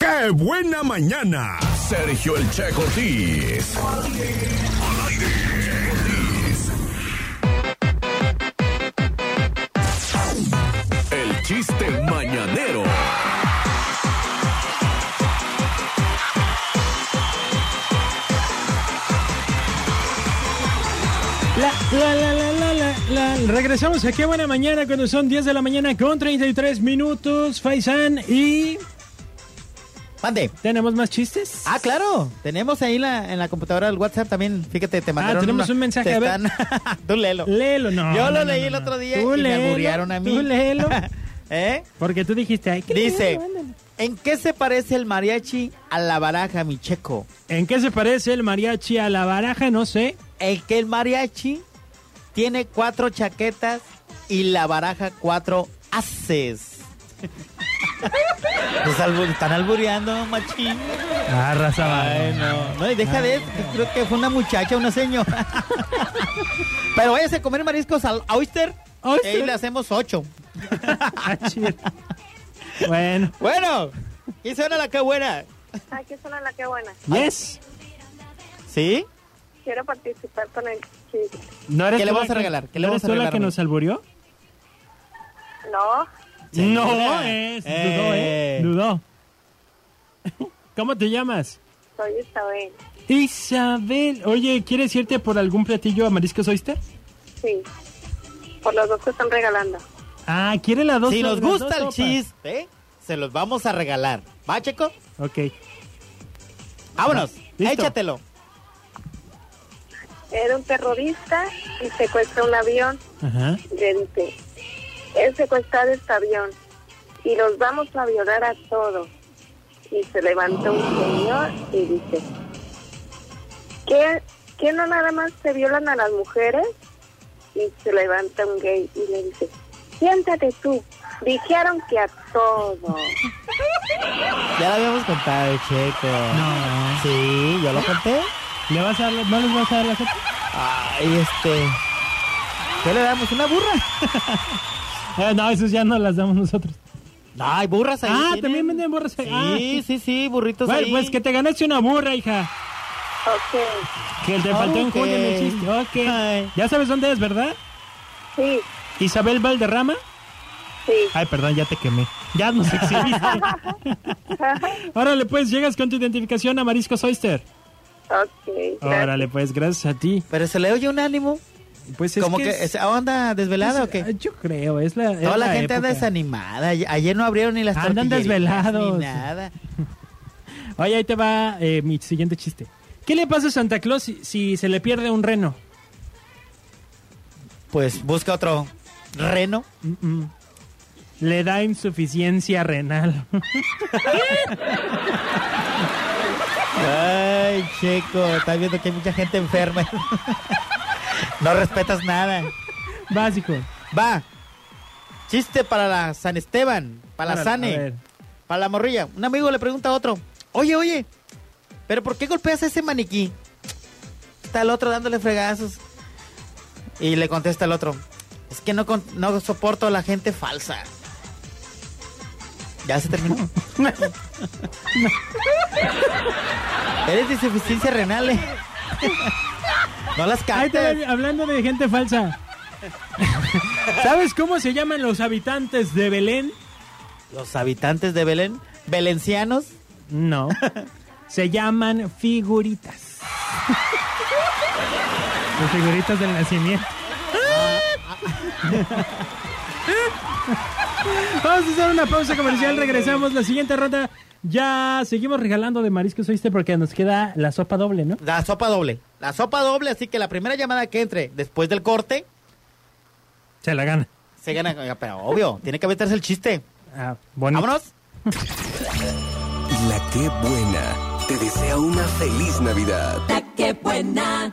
¡Qué buena mañana! Sergio el Che Ortiz. Al aire. El chiste mañanero. La, la, la, la, la, la, la. Regresamos a qué buena mañana cuando son 10 de la mañana con 33 minutos, Faisan. Y Mande. tenemos más chistes. Ah, claro. Tenemos ahí la, en la computadora del WhatsApp también. Fíjate, te mandaron. Ah, tenemos un mensaje, te a ver. están- tú léelo. Léelo, no. Yo no, lo no, leí no, el no. otro día Tú y léelo, me murieron a mí. Tú léelo. ¿Eh? Porque tú dijiste, ay, qué Dice, miedo, ándale. ¿en qué se parece el mariachi a la baraja, mi checo? ¿En qué se parece el mariachi a la baraja? No sé. En que el mariachi tiene cuatro chaquetas y la baraja cuatro haces. Los albu- están albureando, machín. Ah, raza. Ay, no. No, y deja de eso. que Creo que fue una muchacha, una señora. Pero váyase a comer mariscos al oyster. Oyster. Y ahí le hacemos ocho. Ah, bueno, Bueno, y suena la que buena. Aquí suena la que buena. yes. ¿Sí? Quiero participar con el chiste. ¿No eres ¿Qué le tú la vamos a que- regalar? ¿Qué le ¿no eres vamos a tú la regalar, que Ruth? nos alburió? No, No es. Dudó, ¿eh? Eh. Dudó. ¿Cómo te llamas? soy Isabel. Isabel, oye, ¿quieres irte por algún platillo a Mariscos Oyster? Sí. Por los dos que están regalando. Ah, ¿quiere la dos? Si las nos dos gusta el sopas? chiste, se los vamos a regalar. ¿Va, Checo? Ok. Vámonos. Listo. Échatelo. Era un terrorista y secuestra un avión. Ajá. Le dice, he secuestrado este avión y los vamos a violar a todos. Y se levantó un señor y dice, ¿qué, qué no nada más se violan a las mujeres? Y se levanta un gay y le dice, siéntate tú, dijeron que a todos. Ya lo habíamos contado, Checo. No, Sí, yo lo conté. ¿le vas a dar, la- ¿no les vas a dar la sopa? Ay, este. ¿Qué le damos? ¿Una burra? Eh, no, esos ya no las damos nosotros. No, hay burras ahí. ah, tienen. también venden burras. ahí. Ah, Sí, sí, sí, burritos Bueno, ahí. pues que te ganaste una burra, hija. Ok, Que te faltó en Ok. julio en el chiste. Ok. Ay. Ya sabes dónde es, ¿verdad? sí, Isabel Valderrama. sí. Ay, perdón, ya te quemé. Ya nos exhibiste. Órale, pues, llegas con tu identificación a Mariscos Oyster. ok, gracias. Órale, pues, gracias a ti. Pero se le oye un ánimo. Pues Como que, es- esa onda desvelada pues, o qué? eh, Yo creo, es la. es Toda la, gente época. anda desanimada. Ay- Ayer no abrieron ni las Andan tortillerías desvelados. Ni nada. Oye, ahí te va eh, mi siguiente chiste. ¿Qué le pasa a Santa Claus si, si se le pierde un reno? Pues busca otro reno. Mm, mm. Le da insuficiencia renal. Ay, Checo, estás viendo que hay mucha gente enferma. No respetas nada. Básico. Va. Chiste para la San Esteban, para la Órale, a ver. Sane, para la morrilla. Un amigo le pregunta a otro, oye, oye, ¿pero por qué golpeas a ese maniquí? Está el otro dándole fregazos. Y le contesta el otro, es que no, con- no soporto a la gente falsa. Ya se terminó. Eres de insuficiencia renal, eh. No las Ahí te cantes. va, hablando de gente falsa. ¿Sabes cómo se llaman los habitantes de Belén? Los habitantes de Belén, belencianos. No. Se llaman figuritas. Los figuritas del nacimiento. Vamos a hacer una pausa comercial, regresamos. La siguiente ronda ya seguimos regalando de mariscos, oíste, porque nos queda la sopa doble, ¿no? La sopa doble. La sopa doble, así que la primera llamada que entre después del corte Se la gana. se gana. Oiga, Pero obvio, tiene que meterse el chiste. Ah, bonito. Vámonos. Y la que buena te desea una feliz Navidad. qué buena.